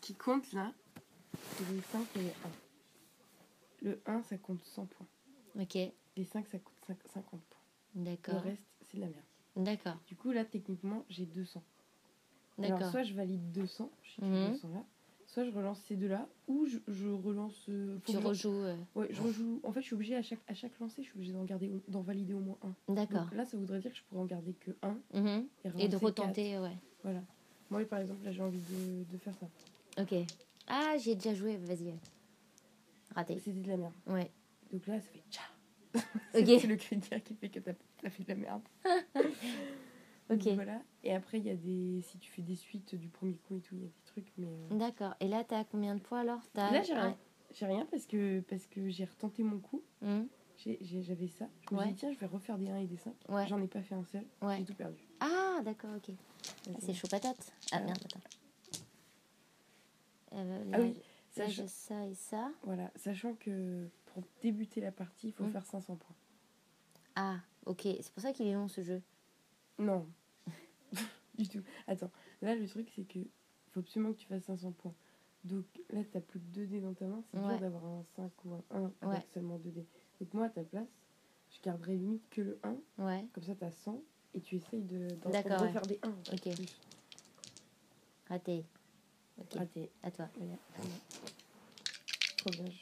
qui compte là. Les 5 et les 1. Le 1, ça compte 100 points. Ok, Les 5, ça coûte 5 50 points. Le d'accord. reste, c'est de la merde. D'accord, Du coup, là, techniquement, j'ai 200. Alors, d'accord. soit je valide 200, je suis Mhm. 200 là. Soit je relance ces deux-là, ou je, je relance. euh, faut Tu que je- rejoues. euh, Ouais, je rejoue. En fait, je suis obligée à chaque, à chaque lancer, je suis obligée d'en garder, au- d'en valider au moins un. D'accord. Donc euh, là, ça voudrait dire que je pourrais en garder que un et, Mhm. Et de relancer quatre. retenter, ouais. Voilà. Moi, par exemple, là, j'ai envie de, de faire ça. Ok. Ah, j'ai déjà joué, vas-y. Raté. C'était de la merde. Ouais. Donc là, ça fait tcha. Ok. C'est le crédit qui fait que t'as t'as fait de la merde. Ok. Donc Voilà. Et après, il y a des. Si tu fais des suites du premier coup et tout, il y a des trucs, mais. euh, D'accord. Et là, t'as combien de points alors T'as- Là, j'ai rien. Ouais. J'ai rien parce que, parce que j'ai retenté mon coup. Mhm. J'ai- j'ai- J'avais ça. Je me Ouais. suis dit, tiens, je vais refaire des 1 et des 5. Ouais. J'en ai pas fait un seul. Ouais. J'ai tout perdu. euh, Ah, d'accord, ok. Ah, C'est chaud patate. Ah, Ouais. merde, attends. Euh, Ah là, oui, là, Sach- j'ai ça et ça. Voilà. Sachant que pour débuter la partie, il faut Mm. faire 500 points. Ah, ok. C'est pour ça qu'il est long ce jeu. Non. du tout. Attends. Là, le truc, c'est que faut absolument que tu fasses 500 points. Donc là, t'as plus que 2 dés dans ta main. C'est Ouais. dur d'avoir un 5 ou un 1 avec Ouais. seulement 2 dés. Donc moi, à ta place, je garderais limite que le 1. Ouais. Comme ça, t'as 100. Et tu essayes de, d'en- D'accord, de ouais. refaire des 1. Ok. Raté. Ok. Raté. À toi. Voilà. Trop bien joué.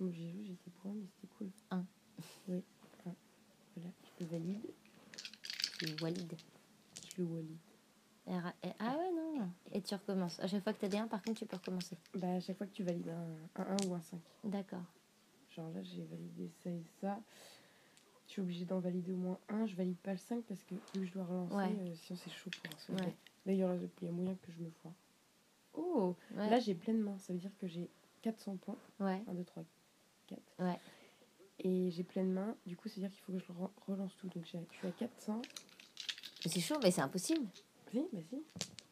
Bon, j'ai joué, j'étais pour un, mais c'était cool. Un. Oui, un. Voilà, je le valide, C'est Walid. je le valide. R- et- Ah ouais, non. Et tu recommences. À chaque fois que t'as des 1, par contre, tu peux recommencer. Bah, à chaque fois que tu valides un 1 ou un 5. D'accord. Genre là, j'ai validé ça et ça. Je suis obligée d'en valider au moins un. Je valide pas le 5 parce que vu que je dois relancer, Ouais. euh, sinon c'est chaud pour un seul. Ouais. D'ailleurs, il y a moyen que je me foire. Oh Ouais. Là, j'ai plein de mains. Ça veut dire que j'ai 400 points. ouais. 1, 2, 3, 4. Ouais. Et j'ai plein de mains. Du coup, c'est-à-dire qu'il faut que je re- relance tout. Donc, j'ai- je suis à 400. Mais C'est chaud, mais c'est impossible. Si, bah si.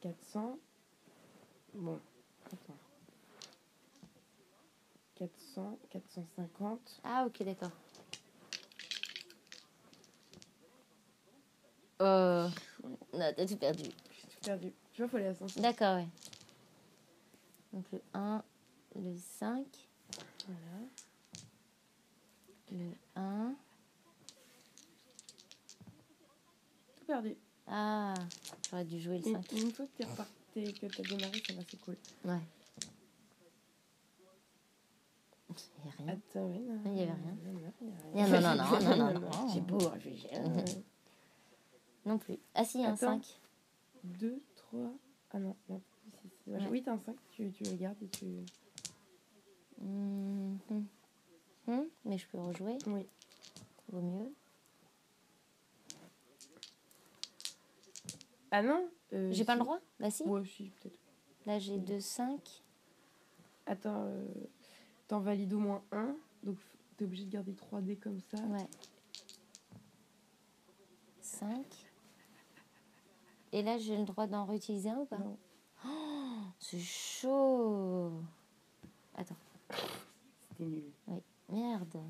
400. Bon. Attends. 400, 450. Ah, ok, d'accord. Euh... Non, t'as tout perdu. J'ai tout perdu. Tu vois, faut aller à 500. D'accord, ouais. Donc le 1, le 5, Voilà. le 1. Tout perdu. Ah, j'aurais dû jouer le Une, 5. une fois que t'es reparti, que t'as démarré, ça va, c'est cool. Ouais. Il y a rien. Attends, oui, non. Il y avait rien. Il y avait Non, non, non, non, non, non, hein, non. J'ai beau réfléchir. Non plus. Ah si, il y a un Attends. 5. 2, 3. Ah non, merde. Si, si, Ouais. Oui, t'as un 5. Tu, tu le gardes et tu. Hum, hum. Hum, mais je peux rejouer, Oui. vaut mieux. Ah non euh, J'ai pas si. le droit Bah si. Ouais, si, peut-être. Là j'ai 2, 5. Attends, euh, t'en valides au moins un, donc f- t'es obligé de garder 3 dés comme ça. Ouais. 5. Et là, j'ai le droit d'en réutiliser un ou pas Non. C'est chaud. Attends, C'était nul. merde.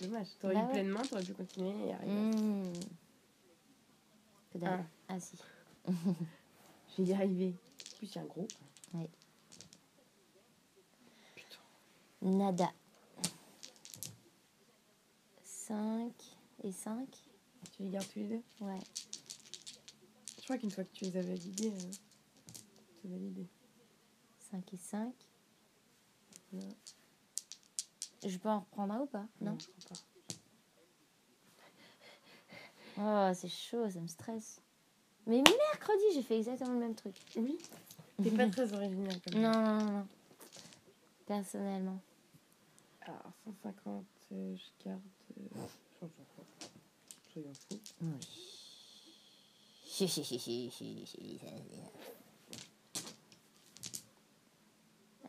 Dommage, t'aurais Bah eu ouais. plein de mains, t'aurais pu continuer et arriver. Hmm. Que dalle. Ah, Ah. si. je vais y arriver. En plus, il y a un gros. Ouais. Putain. Nada. 5 et 5. Tu les gardes tous les deux Ouais. Je crois qu'une fois que tu les as validés, euh, c'est validé. 5 et 5. Non. Je peux en reprendre un ou pas Non. je crois pas. Oh, c'est chaud, ça me stresse. Mais mercredi, j'ai fait exactement le même truc. Oui T'es pas très original comme Mhm. Non, ça. non, non, non. Personnellement. Alors, 150, euh, je garde. euh, je m'en fous. Soyons fous. Oui.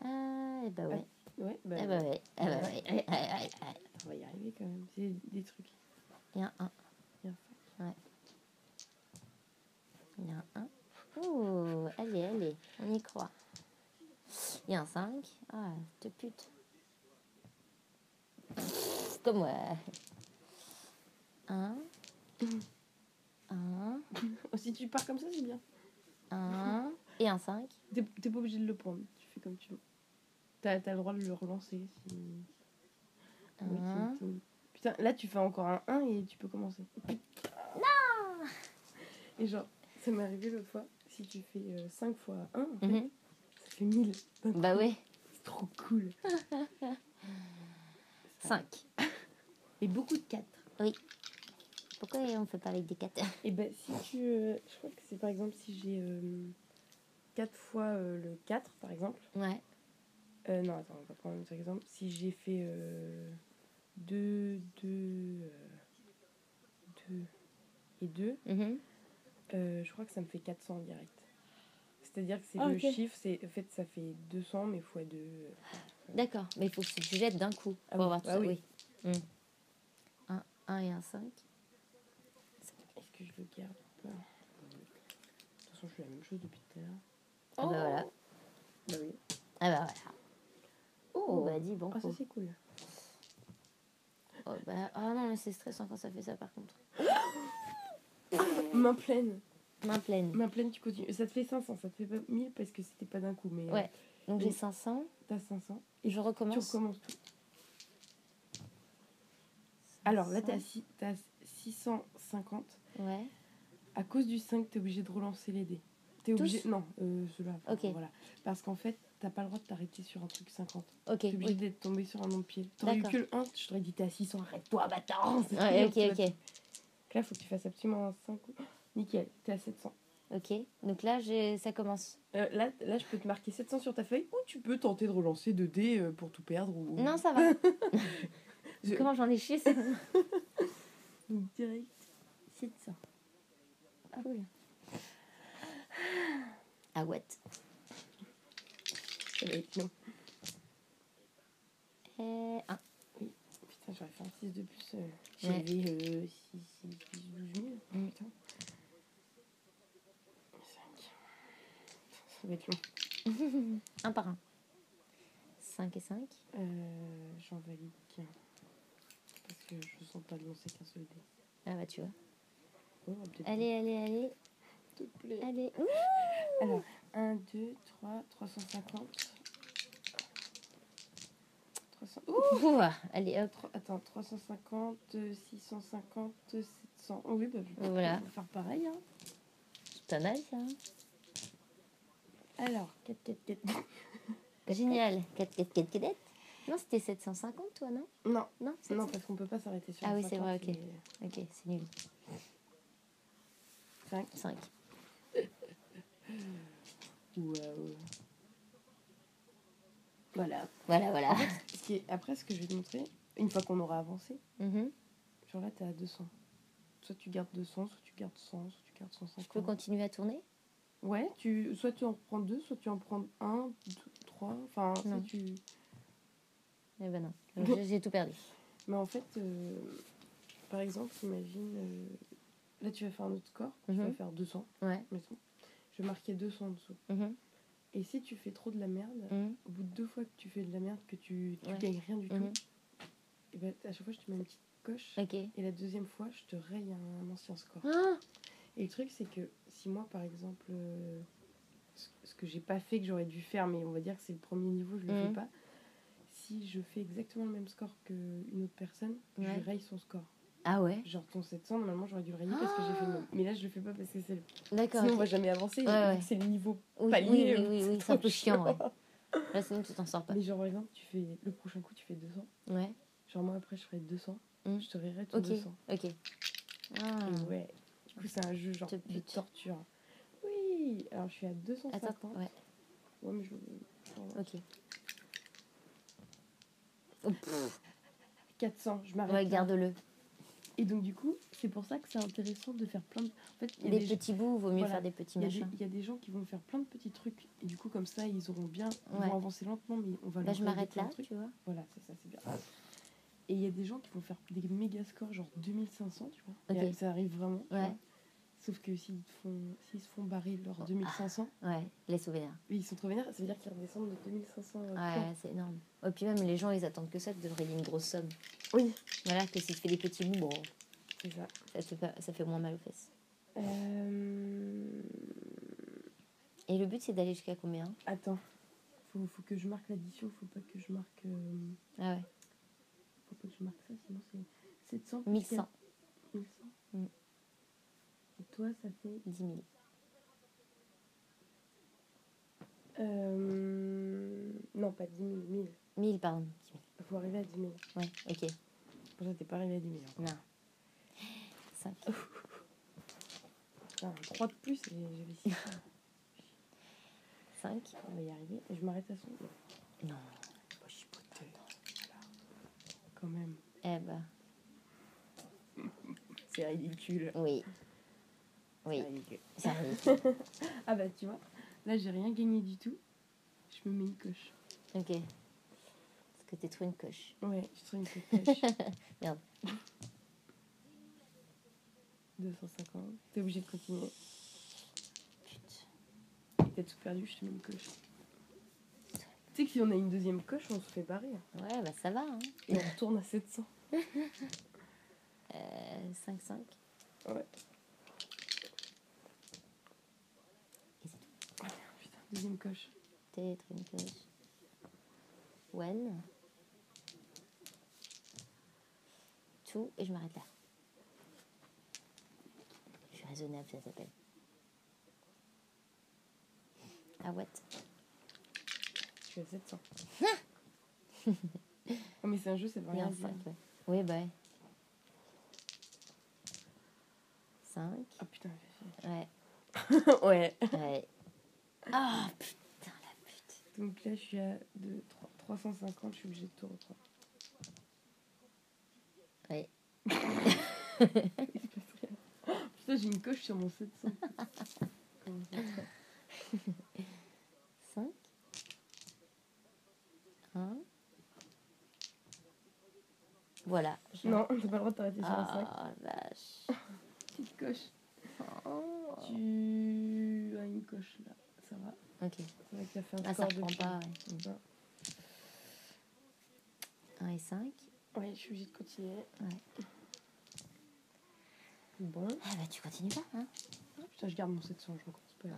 ah, et bah ouais. Ouais, bah, Ah bah ouais. Ah bah ouais. Ah, ah, ah, ah. on va y arriver quand même. C'est des trucs. Il y a un 1. Il y a un Il y a un 1. Ouh, allez, allez, on y croit. Il y a un 5. Ah, te pute. Comme moi. 1. 1. Oh, si tu pars comme ça, c'est bien. 1. Et un 5. T'es t'es pas obligé de le prendre, tu fais comme tu veux. T'as t'as le droit de le relancer. Si... Un. oui, si t'es- Putain, là tu fais encore un 1 et tu peux commencer. Non Et genre, ça m'est arrivé l'autre fois, si tu fais 5 fois 1, en fait, Mhm. ça fait 1000. Bah ouais. C'est trop cool. 5. Et beaucoup de 4. Pourquoi on fait pas avec des 4 Et ben si tu. euh, je crois que c'est par exemple si j'ai 4 fois euh, le 4, par exemple. Ouais. Euh, non, attends, on va prendre un autre exemple. Si j'ai fait euh, 2, 2, 2 euh, et 2, Mhm. je crois que ça me fait 400 en direct. C'est-à-dire que c'est Ah, le ok. chiffre, c'est, en fait, ça fait 200, mais fois euh, 2. D'accord, mais il faut que tu te jettes d'un coup Ah pour oui, avoir tout bah ça. oui. Oui. Mm. Un, un et un 5. Est-ce que je le garde ou pas De toute façon, je fais la même chose depuis tout à l'heure. Ah bah voilà. Bah oui. Ah bah voilà. Oh, Oh. bah dis bon. Ah, ça, coup. c'est cool. Oh, bah, ah non, mais c'est stressant quand ça fait ça par contre. Main pleine. Main pleine. Main pleine, tu continues. Ça te fait 500, ça te fait pas 1000 parce que c'était pas d'un coup, mais euh, Ouais. Donc j'ai Oui. 500. t'as 500. Et je recommence. Tu recommences tout. Alors là, t'es à, 500. six- t'es à 650. Ouais. À cause du 5, t'es obligé de relancer les dés. T'es Tous obligé. Non, euh, ceux-là. Ok. Voilà. Parce qu'en fait, t'as pas le droit de t'arrêter sur un truc 50. Ok. T'es obligé oui. d'être tombé sur un nom de pied. T'aurais eu D'accord. que le 1, je t'aurais dit t'es à 600, arrête-toi, bâtard. c'est Ouais, trop bien, tu ok, vois. ok. Donc Là, faut que tu fasses absolument un 5. Nickel, t'es à 700. Ok. Donc là, j'ai- ça commence. Euh, là, là, je peux te marquer 700 sur ta feuille ou tu peux tenter de relancer 2 dés euh, pour tout perdre. Ou... Non, ça va. Je- Comment j'en ai chié ça Donc direct, 700. Cool. Ah what Ça va être long. Euh, un. Putain, j'aurais fait un 6 de plus. euh, Ouais. J'avais euh, 6, 6, 10, 12 000. Mm. Putain. 5. Ça va être long. Un par un. 5 et 5. Euh, J'en valide qu'un. Parce que je sens pas de lancer qu'un seul dé. Ah bah tu vois. Oh, on va peut-être- Allez, allez, allez, S'il te plaît. allez. Ouh, 1, 2, 3, 350. 300. Ouh Ouh, allez, hop. Tro- Attends, 350, euh, 650, 700. Oh oui, bah, je vais Voilà. faire pareil. Hein. C'est pas mal ça. hein. Alors, 4, 4, 4. Génial. 4, 4, 4, 4. Non, c'était 750 toi, non Non, Non, non, 700. parce qu'on peut pas s'arrêter sur Ah le oui, c'est 50, vrai, ok. mais- Ok, c'est nul. 5. 5. euh, Voilà. Voilà, voilà. Ce qui est- après, ce que je vais te montrer, une fois qu'on aura avancé, Mhm. genre là, t'es à 200. Soit tu gardes 200, soit tu gardes 100, soit tu gardes Je peux 150. continuer à tourner Ouais, tu, soit tu en prends deux, soit tu en prends un, deux, trois. Enfin, Non. si tu. Eh ben non. J'ai j'ai tout perdu. Mais en fait, euh, par exemple, imagine. euh, là, tu vas faire un autre score, tu vas Mhm. faire 200, Ouais. mettons. Je vais marquer 200 en dessous. Mhm. Et si tu fais trop de la merde, Mhm. au bout de deux fois que tu fais de la merde, que tu, tu Ouais. gagnes rien du Mhm. tout, et ben, à chaque fois je te mets une petite coche. Ok. Et la deuxième fois, je te raye un, ancien score. Ah Et le truc, c'est que si moi, par exemple, euh, ce, ce que j'ai pas fait, que j'aurais dû faire, mais on va dire que c'est le premier niveau, je le fais Mhm. pas, si je fais exactement le même score qu'une autre personne, Ouais. je raye son score. Ah ouais Genre ton 700, normalement, j'aurais dû le rayer parce que j'ai fait le même. Mais là, je le fais pas parce que c'est le. Ah. D'accord. Sinon, on ok. va jamais avancer. Ouais, vu ouais. que C'est le niveau Oui, palier. oui, oui, euh, oui, oui, c'est trop un peu chiant, ouais. Là, sinon, tu t'en sors pas. Mais genre, par exemple, tu fais, le prochain coup, tu fais 200. Ouais. Genre moi après je ferai 200, Mm. je te rirai tout Ok, 200. ok. Ah. Et ouais, du coup c'est un jeu genre Te de bute. torture. Oui, alors je suis à 250. Attends, ouais, Ouais, mais je... enfin, ok. 400, je m'arrête. Ouais, là. garde-le. Et donc du coup, c'est pour ça que c'est intéressant de faire plein de... En fait, il y, a Des des gens- petits bouts, vaut mieux Voilà. faire des petits il y a des- machins. il y a des gens qui vont faire plein de petits trucs. Et du coup comme ça, ils auront bien... Ils Ouais. vont avancer lentement, mais on va Là, leur je donner m'arrête plein de là, trucs. tu vois. Voilà, c'est ça, c'est bien. Et il y a des gens qui vont faire des méga scores, genre 2500, tu vois. Et Ok. ça arrive vraiment. tu Ouais. vois. Sauf que s'ils te font, s'ils se font barrer leurs 2500, Ouais, les souvenirs. Oui, ils sont trop vénères, ça veut dire qu'ils redescendent de 2500 euh, points. Ouais, c'est énorme. Et puis même, les gens, ils attendent que ça, de rayer une grosse somme. Oui. Voilà, que si tu fais des petits bouts, bon, C'est ça. ça, te fait, pas- ça fait moins mal aux fesses. Euh, Et Et le but, c'est d'aller jusqu'à combien Attends, faut, faut que je marque l'addition, faut pas que je marque. euh, Ah ouais, faut pas que je marque ça, sinon c'est 700. plus 1100, 1100. Mm. Et toi, ça fait. 10 000. euh, Non, pas 10 000, 1000. 1000, pardon. 10 Faut arriver à 10 000. 000. Ouais, ok. Pour ça, t'es pas arrivé à 10 000. hein. Non. 5. Putain, 3 de plus et j'avais 6. 5. On va y arriver. Et je m'arrête à son. Non, Non. pas chipoter. Voilà. Quand même. Eh bah, C'est ridicule. oui. Oui, C'est ridicule. ça arrive. Ah bah, tu vois, là, j'ai rien gagné du tout. Je me mets une coche. Ok. Parce que t'es trop une coche. Ouais, je trouve une petite coche. Merde. 250. T'es obligé de continuer. Putain. T'as tout perdu, je te mets une coche. Tu sais que si on a une deuxième coche, on se fait barrer. hein. Ouais, bah ça va. Hein. Et on retourne à 700. Euh, 5, 5. Ouais. Et c'est tout. Putain, deuxième coche. T'es trop une coche. One. Tout. Et je m'arrête là. Je suis raisonnable, ça s'appelle. Ah, what Je suis à 700. Ah, mais c'est un jeu, ça veut Oui, rien un dire. 5, ouais. Oui, bah ouais. 5. Ah putain. Ouais. ouais. Ouais. Ah putain la pute. Donc là, je suis à deux- trois- 350, je suis obligée de tout reprendre. Ouais. Il se passe rien. Oh, Putain, j'ai une coche sur mon 700. 5. 1. Voilà. je- non, t'as pas le droit de t'arrêter sur un 5. Ah vache. Petite coche. Oh. Tu as une coche là. Ça va. Ok. C'est vrai que t'as fait un Ah, ça score de reprend fou. pas. Ouais. 1 et 5. Ouais, je suis obligée de continuer. Ouais. Bon. Ah bah tu continues pas, hein Putain, je garde mon 700, je recommence pas.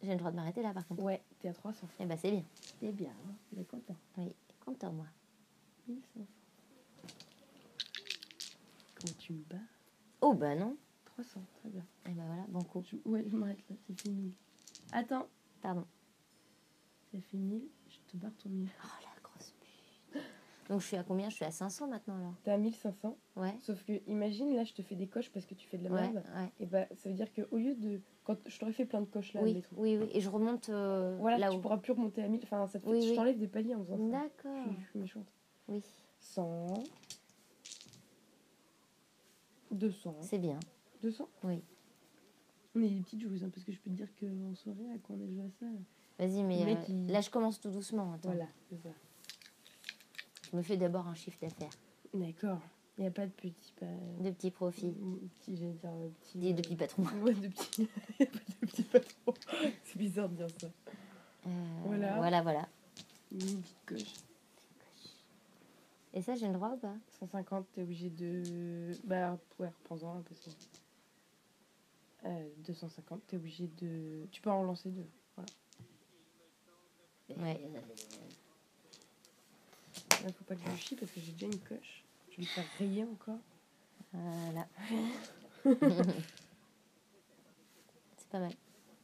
J'ai le droit de m'arrêter là par contre. ouais, t'es à 300. Eh bah c'est bien. T'es bien, hein t'es content. Oui. Compte en moi. 1500. Comment tu me bats Oh bah non. 300, très bien. Eh bah voilà, bon coup. Je- ouais, je m'arrête là, ça fait 1000. Attends, Pardon. ça fait 1000, je te barre ton 1000. Oh la grosse pute. Donc je suis à combien Je suis à 500 maintenant alors. T'es à 1500, Ouais. sauf que imagine là, je te fais des coches parce que tu fais de la Ouais, merde. ouais. Et bah, ça veut dire que au lieu de. Quand je t'aurais fait plein de coches là, Oui, admettons. oui, oui. Et je remonte euh, Voilà, tu là-haut. pourras plus remonter à 1000. Enfin, ça te fait- Oui, je oui. t'enlève des paliers en faisant ça. Je D'accord. suis- je suis méchante. Oui, 100. 200. c'est bien. 200 Oui. On est des petites joueuses, hein, parce que je peux te dire qu'en soirée, là, quand on a joué à ça. Vas-y, mais mec, euh, il- là, je commence tout doucement. Attends. Voilà, c'est ça. Je me fais d'abord un chiffre d'affaires. D'accord. Il n'y a pas de petit. Pas... De petits profits. Petit, j'allais dire. euh, Petit, Des- de euh, petits patrons. Ouais, de petit. y a pas de petit patron. C'est bizarre de dire ça. Euh, Voilà. voilà, voilà. Une petite coche. Et ça, j'ai le droit ou pas 150, t'es obligé de. Bah, ouais, reprends-en un peu. c'est bon. Euh, 250, t'es obligé de. Tu peux en lancer deux. Euh, Ouais. Là, faut pas que je chie parce que j'ai déjà une coche. Je vais me faire rayer encore. Voilà. c'est pas mal.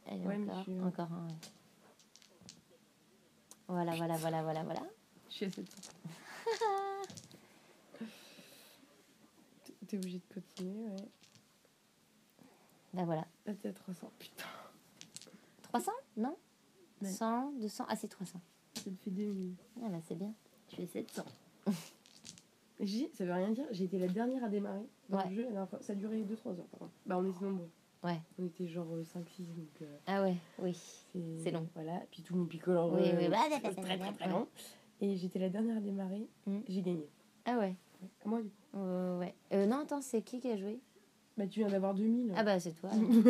Allez, Ouais, mais encore, je- encore un. ouais. Voilà, voilà, voilà, voilà, voilà. Je suis à 700. T'es- T'es obligé de continuer, ouais. Bah voilà. Là, t'es à 300. Putain, 300 Non Ouais. 100, 200 Ah, c'est 300. ça te fait 2000. Ah bah c'est bien. Je suis à 700. J'ai dit, ça veut rien dire. J'ai été la dernière à démarrer dans Ouais. le jeu la dernière fois. Ça a duré 2-3 heures, par contre. Bah, on était nombreux. Ouais. On était genre 5-6, donc. euh, Ah ouais, oui. Et C'est long. Voilà, puis tout mon picolore. Oui, euh, oui, bah, bah, bah, c'est très bah, très très bah. long. Et j'étais la dernière à démarrer, Mm. j'ai gagné. Ah ouais. À Moi, du coup. Euh, ouais. Euh, non, attends, c'est qui qui a joué Bah, tu viens d'avoir 2000. Ah bah c'est toi. Comme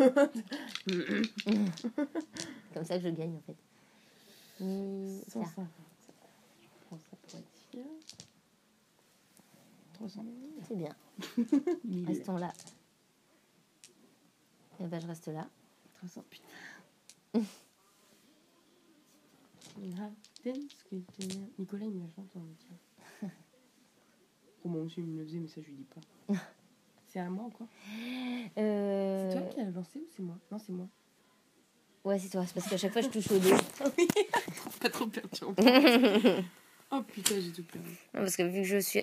ça que je gagne en fait. Hum, ça. 150. Je prends ça pour être sûr. 300 C'est bien. 000. Restons là. Et ben je reste là. 300, putain. Grave. Putain, ce que Nicolas, il me l'a chanté en me disant. Oh, mon monsieur, il me le faisait, mais ça, je lui dis pas. c'est à moi encore Euh, C'est toi qui l'as lancé ou c'est moi Non, c'est moi. Ouais, c'est toi. C'est parce qu'à chaque fois, je touche au dos. Pas trop perturbant. oh putain, j'ai tout perdu. Non, parce que vu que je suis